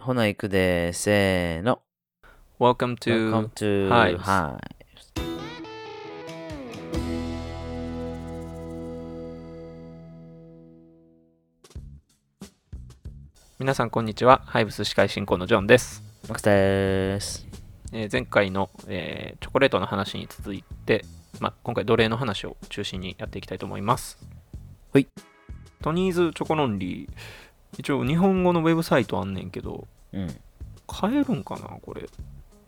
ほな、行くで、せーの。 Welcome Welcome to to Hives Hives 皆さんこんにちはハイブス司会進行のジョンです、マックスです。えー前回の、えーチョコレートの話に続いて、まあ、今回奴隷の話を中心にやっていきたいと思いますほいトニーズチョコロンリー一応日本語のウェブサイトあんねんけどうん。買えるんかなこれ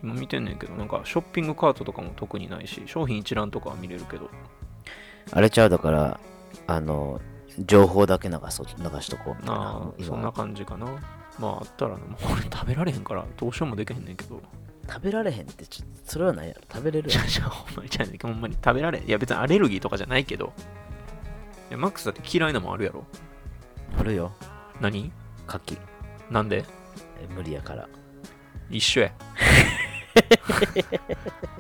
今見てんねんけどなんかショッピングカートとかも特にないし商品一覧とかは見れるけどあれちゃうだから、あの、情報だけ流そう流しとこうみたいななあ。そんな今、感じかなまああったらなもうこれ食べられへんからどうしようもできへんねんけど食べられへんって、ちょっと、それはないやろ。食べれるじゃじゃほんまにじゃほんまに食べられいや別にアレルギーとかじゃないけどいやマックスだって嫌いなもんあるやろあるよ。何牡蠣。なんでえ無理やから。一 緒や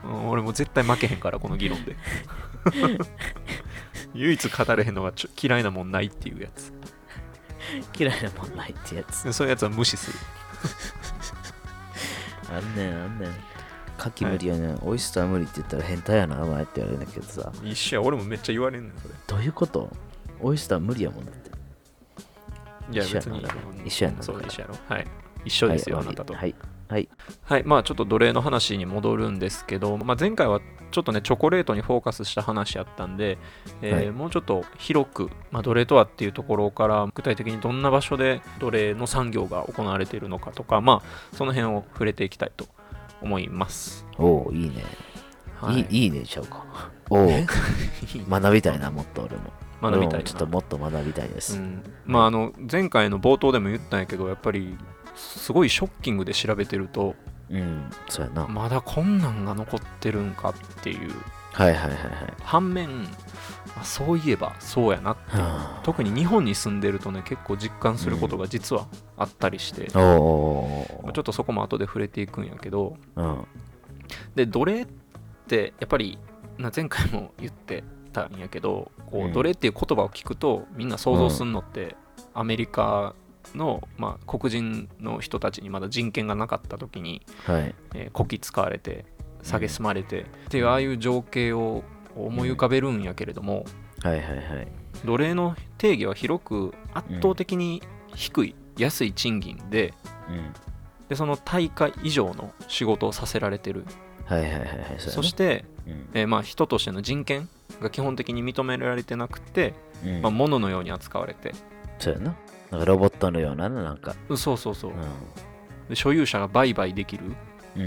うん俺もう絶対負けへんからこの議論 で唯一語れへんのがちょ嫌いなもんないっていうやつ嫌いなもんないってやつ。でそういうやつは無視するあんねん、あんねん。牡蠣無理やねん。オイスター無理って言ったら変態やな、お前って言われるんだけどさ。一緒や俺もめっちゃ言われんねんそれどういうことオイスター無理やもんだって。いや一緒や別なにだからうん一緒やなそうだから一緒やろはい一緒ですよ、はいあなたとはい。はい。はい、まあちょっと奴隷の話に戻るんですけど、まあ、前回はちょっとねチョコレートにフォーカスした話やったんで、えーはいもうちょっと広く、まあ、奴隷とはっていうところから具体的にどんな場所で奴隷の産業が行われているのかとか、まあ、その辺を触れていきたいと思います。おお、いいね。、はいいいいねちゃうか。 おお、学びたいな、もっと俺も。学びた俺もいちょっとな、もっと学びたいです。うんまあ、あの前回の冒頭でも言ったんやけどやっぱりすごいショッキングで調べてるとうん、そうやな。まだこんなんが残ってるんかっていうはいはいはいはい。反面あそういえばそうやなっていうはあ特に日本に住んでるとね結構実感することが実はあったりして、おーおーおーまあちょっとそこも後で触れていくんやけどうん。で奴隷ってやっぱりな前回も言ってたんやけどこうんう奴隷っていう言葉を聞くとみんな想像するのってアメリカの、まあ、黒人の人たちにまだ人権がなかった時に、はい。えー、こき使われて蔑まれて、っていうああいう情景を思い浮かべるんやけれども、はいはいはい。奴隷の定義は広く圧倒的に低い、安い賃金でうん。でその対価以上の仕事をさせられてるはいはいはいはい。うやなそし、て、うんえーまあ、人としての人権が基本的に認められてなくて、うんまあ、物のように扱われてそうやな。なんかロボットのような、なんか。うんそうそうそううで所有者が売買できるん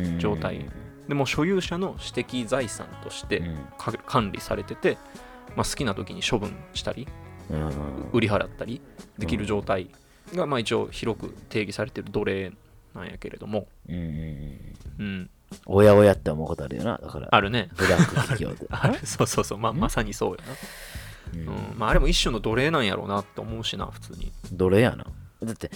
うん状態でもう所有者の私的財産としてうんか管理されてて、まあ、好きな時に処分したりうん。売り払ったりできる状態が、まあ、一応広く定義されてる奴隷なんやけれども、うんうん。うん、おやおやって思うことあるよな。だから、あるね。ブラック企業で。 あるそうそうそう、まあ、んまさにそうようんな、うんまあ、あれも一種の奴隷なんやろうなって思うしな、普通に。奴隷やな。だって、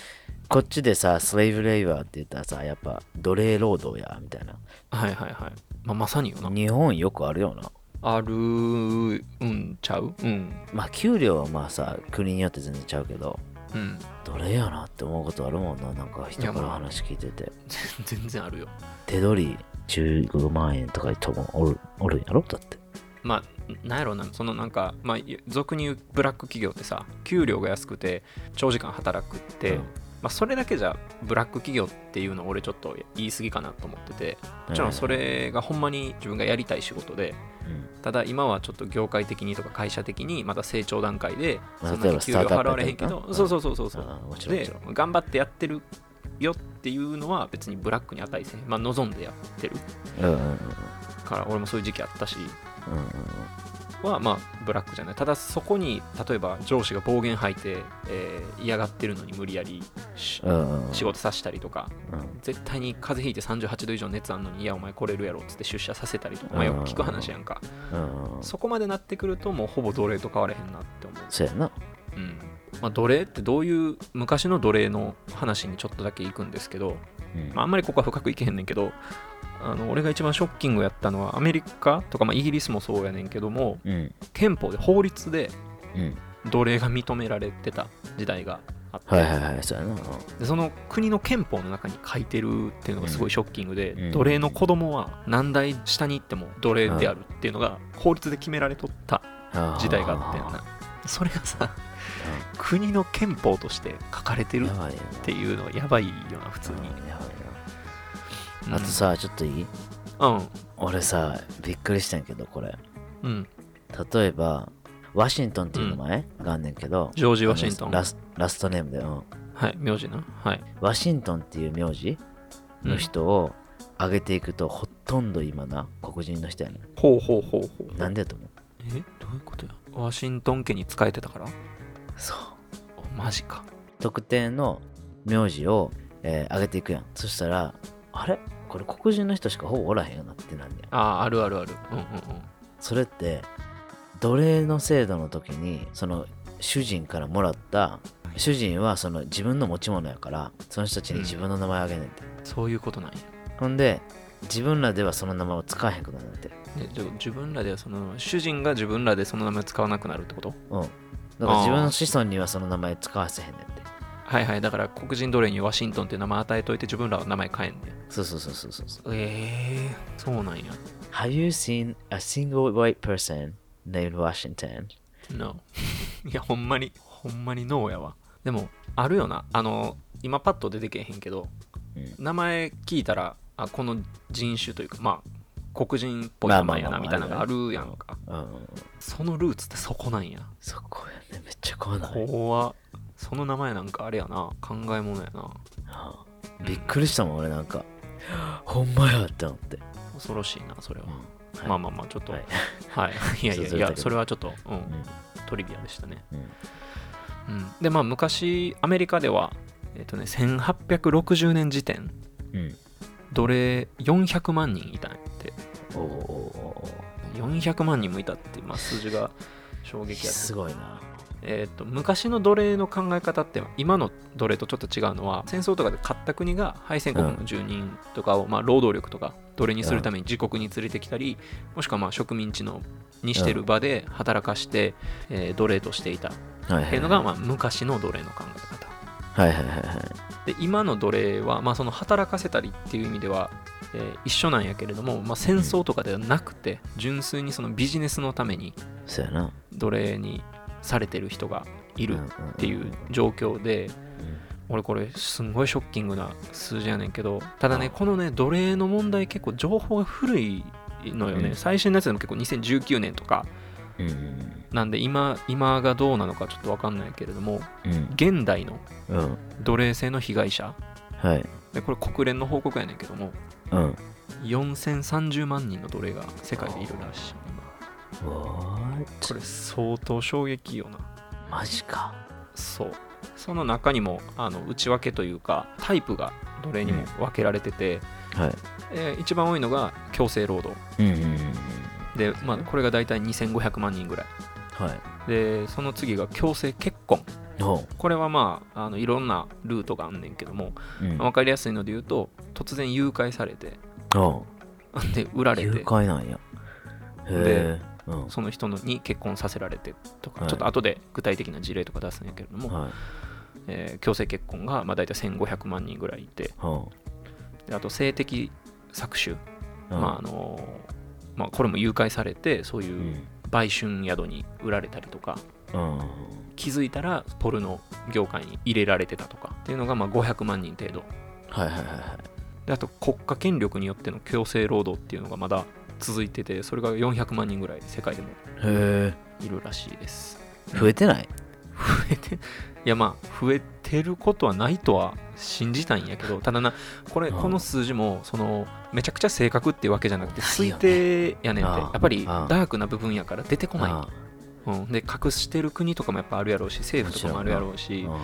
こっちでさ、スレイブレイバーって言ったらさ、やっぱ奴隷労働や、みたいな。はいはいはい。まあ、まさによな。日本よくあるよな。あるうんちゃううん。まあ、給料はまあさ、国によって全然ちゃうけど、うん。 奴隷やなって思うことあるもんな。なんか人いやかまらあ話聞いてて。全然あるよ。手取り15万円とか多分おるおるんやろだって。まあ、なんやろうな、そのなんか、まあ、俗に言うブラック企業ってさ、給料が安くて、長時間働くって、うんまあ、それだけじゃ、ブラック企業っていうのは俺ちょっと言い過ぎかなと思ってて、もちろんそれがほんまに自分がやりたい仕事で、うん。ただ今はちょっと業界的にとか会社的にまた成長段階でまあそん例えばなに給料スタートアップ払われへんけやったどらそうそうそうそうそあうあもちろんもちでろん。頑張ってやってるよっていうのは別にブラックに値せんまあ望んでやってるうんうんうんうんから俺もそういう時期あったしうんはまあブラックじゃないただそこに例えば上司が暴言吐いて、えー嫌がってるのに無理やりしうんうんうん。仕事させたりとかうん。絶対に風邪ひいて38度以上熱あんのにいやお前来れるやろっつって出社させたりとかまあよく聞く話やんかうんうん。そこまでなってくるともうほぼ奴隷と変われへんなって思うそうやな。うんまあ、奴隷ってどういう昔の奴隷の話にちょっとだけ行くんですけど、うんまあ、あんまりここは深くいけへんねんけどあの俺が一番ショッキングやったのはアメリカとか、まあ、イギリスもそうやねんけどもうん憲法で法律でうん。奴隷が認められてた時代がああって、はいはいはい、そうやな。うんでその国の憲法の中に書いてるっていうのがすごいショッキングで、うん奴隷の子供は何代下に行っても奴隷であるっていうのが法律で決められとったあー時代があったよなそれがさ国の憲法として書かれてうんるやっばいよていうのはやばいよな普通に、な。やばいうん、な。あとさ、ちょっといいうん俺さ、びっくりしたんやけど、これ。うん例えば、ワシントンっていう名前があんねんけど、ジョージ・ワシントンあのラスラストネームで、うん。はい名字なはいワシントンっていう名字の人を挙げていくと、ほとんど今な、黒人の人やね。ほうほうほうほうんなんでやと思うえどういうことやワシントン家に仕えてたからそう。おマジか特定の名字を、えー挙げていくやん。そしたら、あれこれ黒人の人しかほぼおらへんよなってなんねん。あああるあるあるうんうんうんそれって奴隷の制度の時にその主人からもらった主人はその自分の持ち物やからその人たちに自分の名前あげねんて、そういうことなんやほんで自分らではその名前を使わへんくなるんてでじゃあ自分らではその主人が自分らでその名前使わなくなるってことうんだから自分の子孫にはその名前使わせへんねんてはいはいだから黒人奴隷にワシントンっていう名前与えといて自分らは名前変えんねんそうそうそうそうそうそうええそうなんや Have you seen a single white person named Washington? No いやほんまにほんまにノーやわでもあるよなあの今パッと出てけえへんけど、うん名前聞いたらあこの人種というかまあ黒人っぽい名前やまなあまみあたまあいなのがあるやんかうんそのルーツってそこなんやそこやねめっちゃ怖ない、怖っその名前なんかあれやな考え物やなうんびっくりしたもん俺なんかほんまやって思って、恐ろしいなそれは、うんはいまあまあまあちょっとははい い、い、やいそやいうそうだけやどそれはちょっと、うんうんトリビアでしたね、うんうん、でまあ昔アメリカではえっ、とね1860年時点うん奴隷400万人いたんやっておーおーおーお400万人もいたって、まあ、数字が衝ー撃やったすごいなえっと昔の奴隷の考え方って今の奴隷とちょっと違うのは戦争とかで勝った国が敗戦国の住人とかを、まあ、労働力とか奴隷にするために自国に連れてきたり、もしくはまあ植民地のにしてる場で働かして、えー奴隷としていたっはいてはいいうのが、まあ、昔の奴隷の考え方はいはいはいはいで今の奴隷は、まあ、その働かせたりっていう意味では、えー一緒なんやけれども、まあ、戦争とかではなくて、純粋にそのビジネスのためにそうやな奴隷にされてる人がいいるっていう状況で俺これすんごいショッキングな数字やねんけどただねうんこのね奴隷の問題結構情報が古いのよね、うん最新のやつでも結構2019年とかうんなんで今今がどうなのかちょっと分かんないけれどもうん現代のうんうん奴隷制の被害者はいでこれ国連の報告やねんけどもうん4030万人の奴隷が世界でいるらしいおーこれ相当衝撃よなマジかそうその中にもあの内訳というかタイプが奴隷にも分けられてて、はいえー一番多いのが強制労働うんうんうんで、まあ、これが大体2500万人ぐらいはいでその次が強制結婚ほこれはまああのいろんなルートがあんねんけどもううん分かりやすいので言うと突然誘拐されて ほで売らうれ誘て拐なんやへえうんその人のに結婚させられてとか、はいちょっと後で具体的な事例とか出すんやけれども、はいえー強制結婚がまあ大体1500万人ぐらいいてほであと性的搾取、うまああのーまあ、これも誘拐されてそうういうん売春宿に売られたりとか、うん気づいたらポルノ業界に入れられてたとかっていうのがまあ500万人程度はいはいはいはであと国家権力によっての強制労働っていうのがまだ続いててそれが400万人ぐらい世界でもいへいるらしいですえ増えてない増えていやまあ増えてることはないとは信じたいんやけどただなこれうんこの数字もそのめちゃくちゃ正確っていうわけじゃなくてないよ推ね定やねんあてあやっぱりああダークな部分やから出てこあない、うん、で隠してる国とかもやっぱあるやろうし政府とかもあるやろうーしうんあ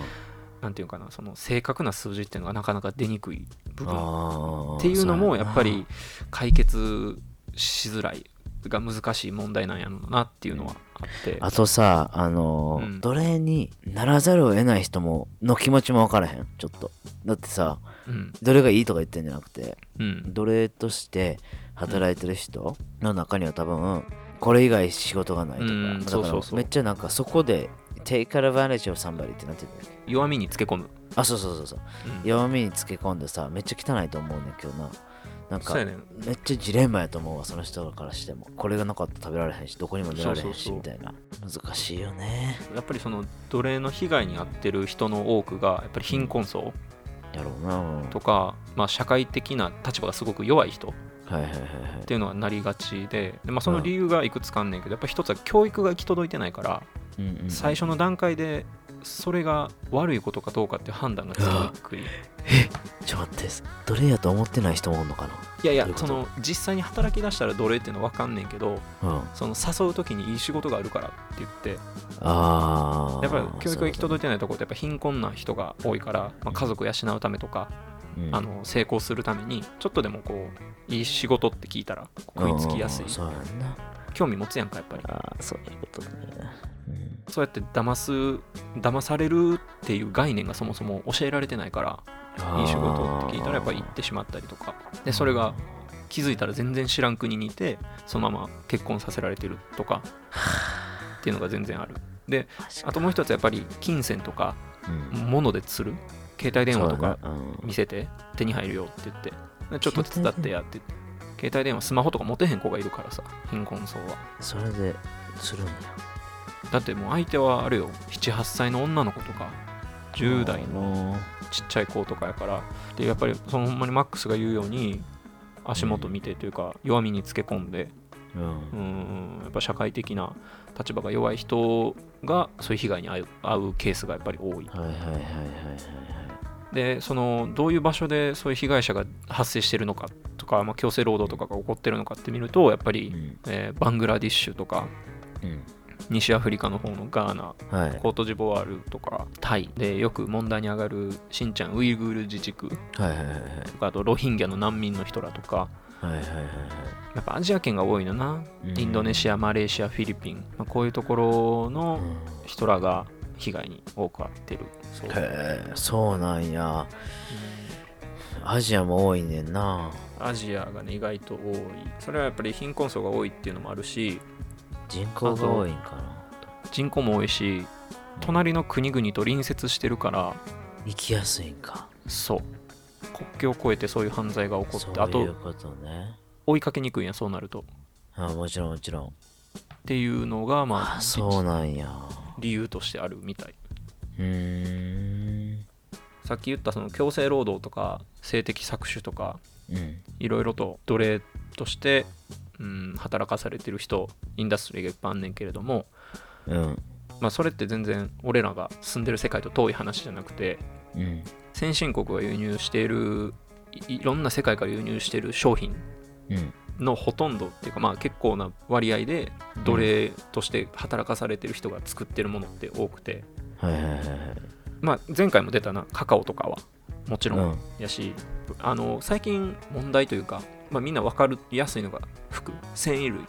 なんていうかなその正確な数字っていうのがなかなか出にくい部分っーていうのもそやなっぱり解決しづらいが難しい問題なんやろうなっていうのはあってあとさ、あのーうん奴隷にならざるを得ない人もの気持ちも分からへんちょっとだってさうん奴隷がいいとか言ってんじゃなくてうん奴隷として働いてる人の中には多分これ以外仕事がないとか、うんだそうかそうらそうめっちゃなんかそこで take advantage of somebody ってなんて言うんだっけ弱みにつけ込む、あ、そうそうそうそう。うん弱みにつけ込んでさ、めっちゃ汚いと思うねんけどな。なんかそうやねんめっちゃジレンマやと思うわ、その人からしても。これがなかったら食べられへんし、どこにも出られへんし、そうそうそうみたいな。難しいよね。やっぱりその奴隷の被害に遭ってる人の多くがやっぱり貧困層やろうな。うんとか、まあ、社会的な立場がすごく弱い人っはいはいはいはい。ていうのはなりがちでで、まあ、その理由がいくつかあんねんけどやっぱり一つは教育が行き届いてないからうんうんうん最初の段階でそれが悪いことかどうかっていう判断がつきにくい。ちょっと待って、どれやと思ってない人もおんのかいやいやどういうこそとの実際に働き出したら奴隷っていうのは分かんねんけどな。うん。その誘う時にいい仕事があるからって言ってああ。やっぱり教育が行きそう届いてないところってやっぱ貧困な人が多いから、まあ、家族養うためとか、いうことあの成功するためにちょっとでもこういい仕事って聞いたらうん食いつきやすいうんそうやんな。興味持つやんかやっぱりああ、そういうことだね。うんそうやって騙す騙されるっていう概念がそもそも教えられてないからいい仕事って聞いたらやっぱり行ってしまったりとかでそれが気づいたら全然知らん国にいてそのまま結婚させられてるとかっていうのが全然あるであともう一つやっぱり金銭とかうん物で釣る携帯電話とかそうやなうん見せて手に入るよって言ってでちょっと手伝ってやって携帯電話スマホとか持てへん子がいるからさ貧困層はそれで、するんだよ。だってもう相手はあれよ78歳の女の子とか10代のの。ちっちゃい子とかやからでやっぱりそのほんまにマックスが言うように足元見てというか弱みにつけ込んでうんう。んやっぱ社会的な立場が弱い人がそういう被害に遭う遭うケースがやっぱり多いはいはいはいはいはいでそのどういう場所でそういう被害者が発生してるのかとか、まあ、強制労働とかが起こってるのかって見るとやっぱはい。り、ん。えーバングラディッシュとかうん西アフリカの方のガーナはい。コートジボワールとかタイでよく問題に上がる新ちゃんウイグル自治区はいはいはいはい。とかあとロヒンギャの難民の人らとかはいはいはいはやっぱアジア圏が多いのなうんインドネシアマレーシアフィリピン、まあ、こういうところい。うのん人らが被害に多く遭ってるそうへえ、そうなんや。うんアジアも多いねんな。アジアがね意外と多いそれはやっぱり貧困層が多いっていうのもあるし人口が多いんかな。人口も多いし隣の国々と隣接してるから行きやすいんか。そう国境を越えてそういう犯罪が起こそってあういうとことね。追いかけにくいやんそうなるとあもちろんもちろん。っていうのがまああそうなんや。理由としてあるみたいうーん。さっき言ったその強制労働とか性的搾取とかうん。いろいろと奴隷として、うん、働かされてる人インダストリーがいっぱいあんねんけれども、うん。まあ、それって全然俺らが住んでる世界と遠い話じゃなくてうん。先進国が輸入しているいいろんな世界から輸入している商品うん。のほとんどっていうかまあ結構な割合で奴隷として働かされてる人が作ってるものって多くて、はいはいはいはい。まあ、前回も出たなカカオとかはもちろうんんやし、あの最近問題というか、まあ、みんな分かりやすいのが服繊維類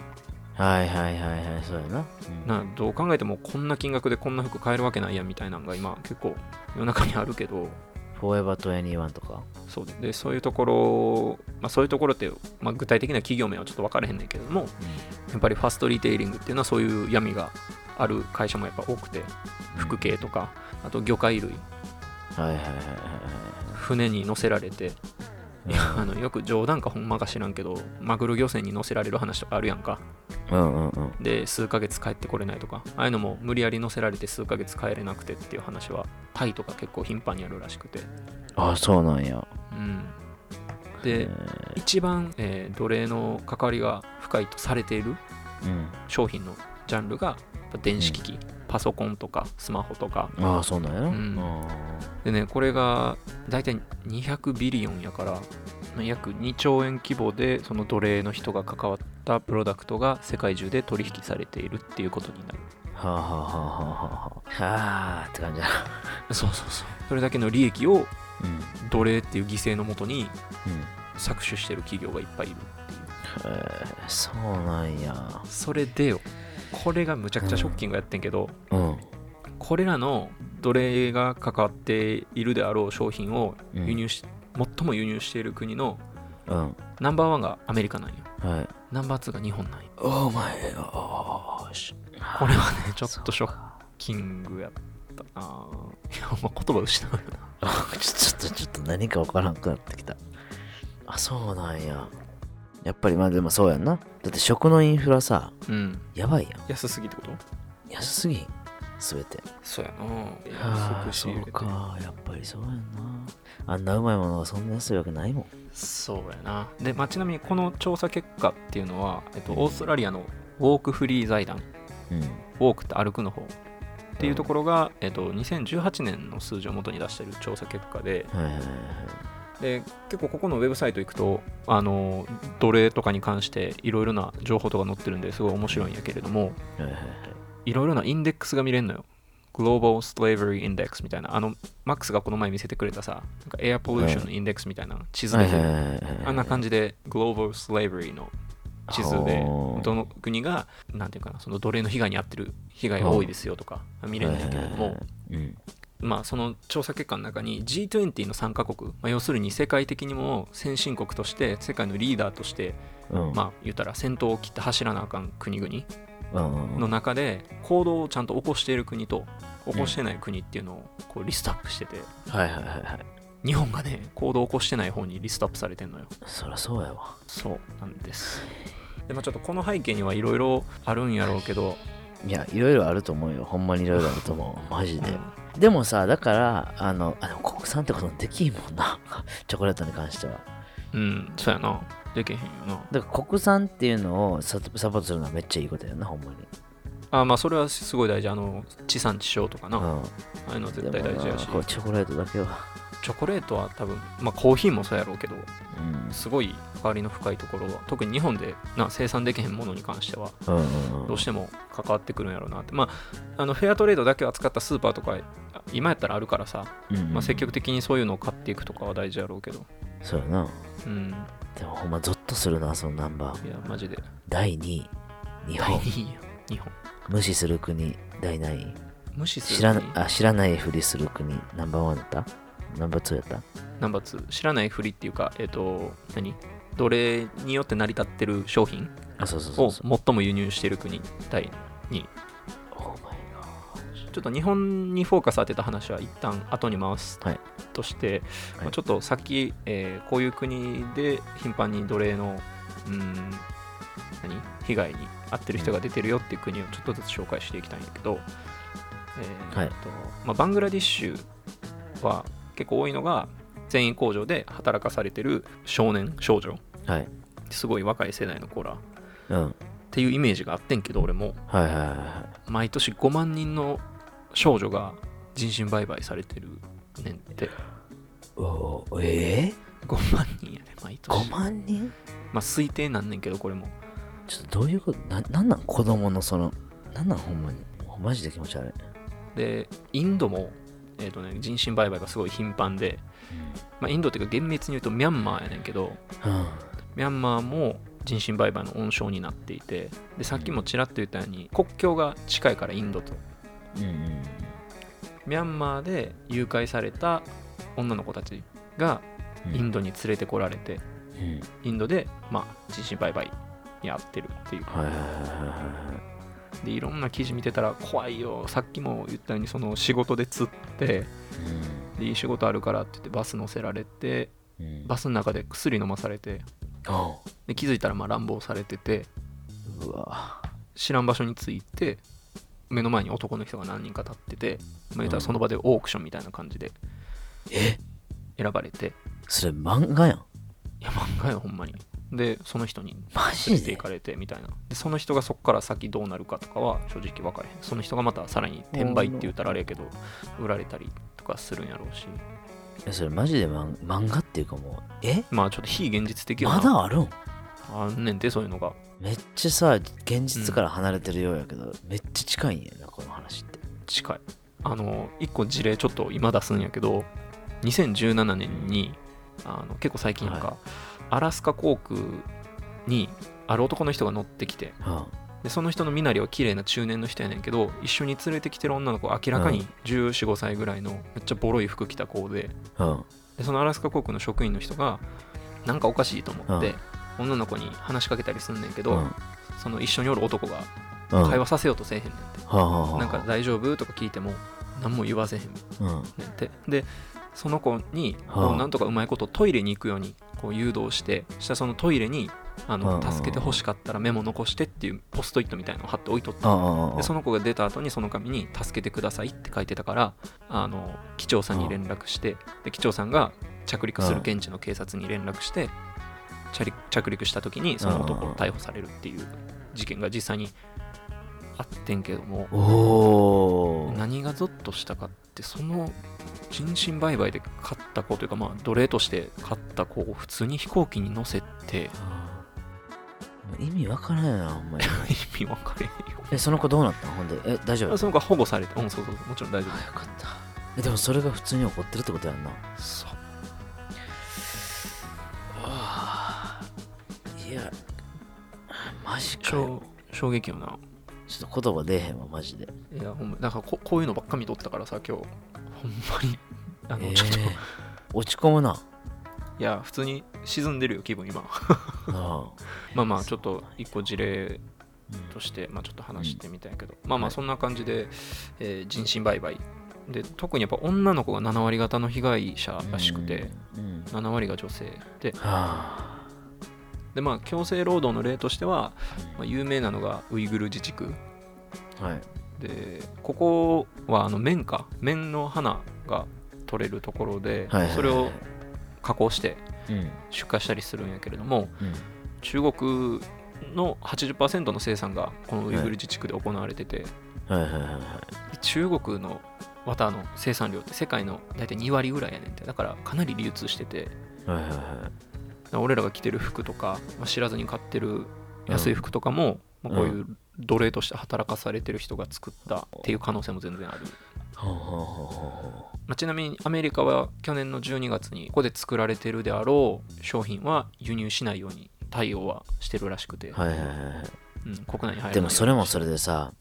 はいはいはいはい、そうやな。うんなどう考えてもこんな金額でこんな服買えるわけないやんみたいなのが今結構世の中にあるけどフォーエバー21とか。そうででそういうところ、まあ、そういうところって、まあ、具体的な企業名はちょっと分からへんねんけどもやっぱりファストリテイリングっていうのはそういう闇がある会社もやっぱ多くて服系とかあと魚介類はいはいはいはい船に乗せられていや あのよく冗談かほんまか知らんけどマグロ漁船に乗せられる話とかあるやんかはい。うんうんうん。で数ヶ月帰ってこれないとかああいうのも無理やり乗せられて数ヶ月帰れなくてっていう話はタイとか結構頻繁にあるらしくてあ、そうなんや。うんで一番、えー奴隷の関わりが深いとされているうん。商品のジャンルがやっぱ電子機器、パソコンとかスマホとかああ、そうなんやな。うんあでねこれが大体200ビリオンやからまあ約2兆円規模でその奴隷の人が関わったプロダクトが世界中で取引されているっていうことになるーはあはあはあはあはあ。はあって感じだな。そうそうそうそれだけの利益をうん。奴隷っていう犠牲のもとにうん。搾取してる企業がいっぱいいるえーそうなんや。それでよこれがむちゃくちゃショッキングやってんけど、うん。これらの奴隷が関わっているであろう商品を輸入し、最も輸入している国のうん。ナンバーワンがアメリカなんよはい。ナンバーツーが日本なんよお前よーし。これはねちょっとショッキングやったなぁいや、ま言葉失うよな。あ ちょちょっとちょっと何か分からんくなってきたあそうなんややっぱりまあでもそうやんなだって食のインフラさうん。やばいや安すぎってことん安すぎん全てそうやなああそうかやっぱりそうやんなあんなうまいものがそんな安いわけないもんそうやな。で、まあ、ちなみにこの調査結果っていうのは、えっと、オーストラリアのウォークフリー財団、うんウォークって歩くの方っていうところが、えっと、2018年の数字を元に出している調査結果で、はいはいはいはいで結構ここのウェブサイト行くとあの奴隷とかに関していろいろな情報とか載ってるんですごい面白いんやけれどもはいはいはいいろいろなインデックスが見れるのよ Global Slavery Index みたいなあのマックスがこの前見せてくれたさなんか Air Pollution Index みたいな地図はでいはいはいはいあんな感じで Global Slavery の地図でほうどの国がなんていうかなその奴隷の被害に遭ってる被害が多いですよとか見れるんだけれどはいもはいはいうんまあ、その調査結果の中に G20 の参加国、まあ、要するに世界的にも先進国として世界のリーダーとして、うんまあ、言ったら先頭を切って走らなあかん国々うんの中で行動をちゃんと起こしている国と起こしてない国っていうのをこうリストアップしててはいはいはいはい日本がね行動を起こしてない方にリストアップされてんのよそりゃそうやわそうなんですで、まあ、ちょっとこの背景にはいろいろあるんやろうけど、いやいろいろあると思うよほんまにいろいろあると思うマジうでんでもさだからあのあでも国産ってことできんもんな チョコレートに関してはうん、そうやなできへんよなだから国産っていうのをササポートするのはめっちゃいいことやなほんまにあまあそれはすごい大事あの地産地消とかな、あうあいうのんで絶も対大な事やしこうチョコレートだけはチョコレートは多分、まあ、コーヒーもそうやろうけどうんすごい関わりの深いところは特に日本でな生産できへんものに関してはうんうんうんどうしても関わってくるんやろうなってまああのフェアトレードだけを扱ったスーパーとか今やったらあるからさ、うんうんまあ、積極的にそういうのを買っていくとかは大事やろうけどそうやなうんでもほんまゾッとするなそのナンバーいやマジで第2位日第本2位や日本無視する国第何位無視する知らな国あ知らないふりする国ナンバーワンだったナンバーツーやったナンバー2知らないふりっていうかえっ、と何奴隷によって成り立ってる商品あそうそうそをうそう最も輸入してる国第2位お前ちょっと日本にフォーカス当てた話は一旦後に回すはいとして、はいまあちょっとさっき、えーこういう国で頻繁に奴隷のうーん何被害に遭ってる人が出てるよっていう国をちょっとずつ紹介していきたいんだけど、えーはいえっとまあ、バングラディッシュは結構多いのが繊維工場で働かされてる少年少女はいすごい若い世代の子らっうんはいていうイメージがあってんけど俺もはいはいはい毎年5万人の少女が人身売買されてるねんっておーえ5万人やね毎ー、5年万人まあ推定なんねんけどこれもちょっとどういうことななんなん子供のそのなんなんほんまにもうマジで気持ち悪い、でインドも、えーとね、人身売買がすごい頻繁で、まあ、インドっていうか厳密に言うとミャンマーやねんけどうんミャンマーも人身売買の温床になっていてでさっきもちらっと言ったように国境が近いからインドとうんうんミャンマーで誘拐された女の子たちがインドに連れてこられてうんインドで、まあ、人身売買に合ってるっていうはいはいはいはいはいでいろんな記事見てたら怖いよさっきも言ったようにその仕事で釣ってでいい仕事あるからって言ってバス乗せられてうんうんバスの中で薬飲まされておで気づいたらまあ乱暴されててううわ知らん場所に着いて目の前に男の人が何人か立ってて、まあ、言ったらその場でオークションみたいな感じでえ選ばれてそれ漫画やんいや漫画よほんまにでその人にマ連れジてでいかれてみたいなでその人がそこから先どうなるかとかは正直分からへんその人がまたさらに転売って言ったらあれやけど売られたりとかするんやろうしえそれマジで漫漫画っていうかもうえまあちょっと非現実的よなまだあるんあんねんてそういうのがめっちゃさ現実から離れてるようやけど、めっちゃ近いんやなこの話って近いあの一個事例ちょっと今出すんやけど2017年にあの結構最近やんか、はアラスカ航空にある男の人が乗ってきてはでその人の身なりは綺麗な中年の人やねんけど一緒に連れてきてる女の子明らかうに1 4 5歳ぐらいのめっちゃボロい服着た子であうんでそのアラスカ航空の職員の人がなんかおかしいと思って、うん女の子に話しかけたりすんねんけど、うんその一緒におる男がううん会話させようとせえへんねんって、はあはあはあなんか大丈夫とか聞いても何も言わせへんねうんんってでその子にはあこうなんとかうまいことトイレに行くようにこう誘導してそしたらそのトイレにあうんうのんうん助けてほしかったらメモ残してっていうポストイットみたいなのを貼って置いとったああああでその子が出た後にその紙に「助けてください」って書いてたからあの機長さんに連絡してで機長さんが着陸する現地の警察に連絡して着陸着陸した時にその男を逮捕されるっていう事件が実際にあってんけどもおー何がゾッとしたかってその人身売買で勝った子というかまあ奴隷として勝った子を普通に飛行機に乗せて意味わからんよなほん まに意味わかれへんよえその子どうなったのほんでえ大丈夫あその子は保護されてうんそうそうそうもちろん大丈夫あよかったえでもそれが普通に起こってるってことやんなそういやマジかよ衝衝撃よなちょっと言葉出えへんわマジでいやほんまなんかここういうのばっか見とってたからさ今日ほんまに あの、えーちょっとい落ち込む なや普通に沈んでるよ気分今あまあまあちょっと一個事例として、まあ、ちょっと話してみたいけど、まあはまあいそんな感じで、えー人身売買で特にやっぱ女の子が7割方の被害者あらしくて、うんうん7割が女性ではあでまあ強制労働の例としては、まあ、有名なのがウイグル自治区はいでここはあの綿花綿の花が取れるところで、はいはいはいはいそれを加工してうん出荷したりするんやけれどもうん中国の80%の生産がこのウイグル自治区で行われてて、はいはいはいはで中国の綿の生産量って世界の大体2割ぐらいやねんってだからかなり流通してていはいはいはだから俺らが着てる服とか、まあ知らずに買ってる安い服とかも、んまあこういう奴隷として働かされてる人が作ったっていう可能性も全然ある。いほうほうほうほうほまあちなみにアメリカは去年の12月にここで作られてるであろう商品は輸入しないように対応はしてるらしくて、うはいはいはいはいうん、国内に入らないようにでもそれもそれでさ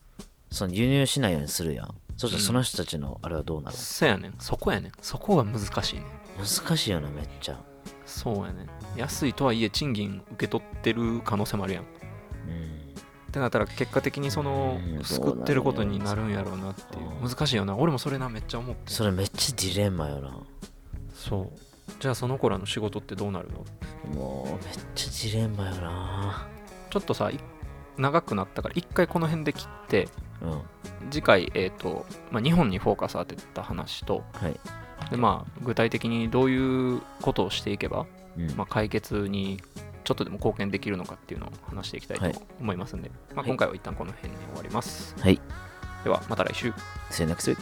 その輸入しないようにするやんそしたらその人たちのあれはどうなる、そうやねんそこやねんそこが難しいねん難しいよなめっちゃそうやねん安いとはいえ賃金受け取ってる可能性もあるやんっうんてなったら結果的にそのうん救ってることになるんやろうなっていううん難しいよな俺もそれなめっちゃ思ってそれめっちゃディレンマよなそうじゃあその子らの仕事ってどうなるのもうめっちゃジレンマよなちょっとさい長くなったから一回この辺で切ってうん次回、えーとまあ、日本にフォーカス当てた話とはい、で、まあ、具体的にどういうことをしていけば、うんまあ、解決にちょっとでも貢献できるのかっていうのを話していきたいはいと思いますんで、まあ、はい今回は一旦この辺で終わります。はいではまた来週せーのくせく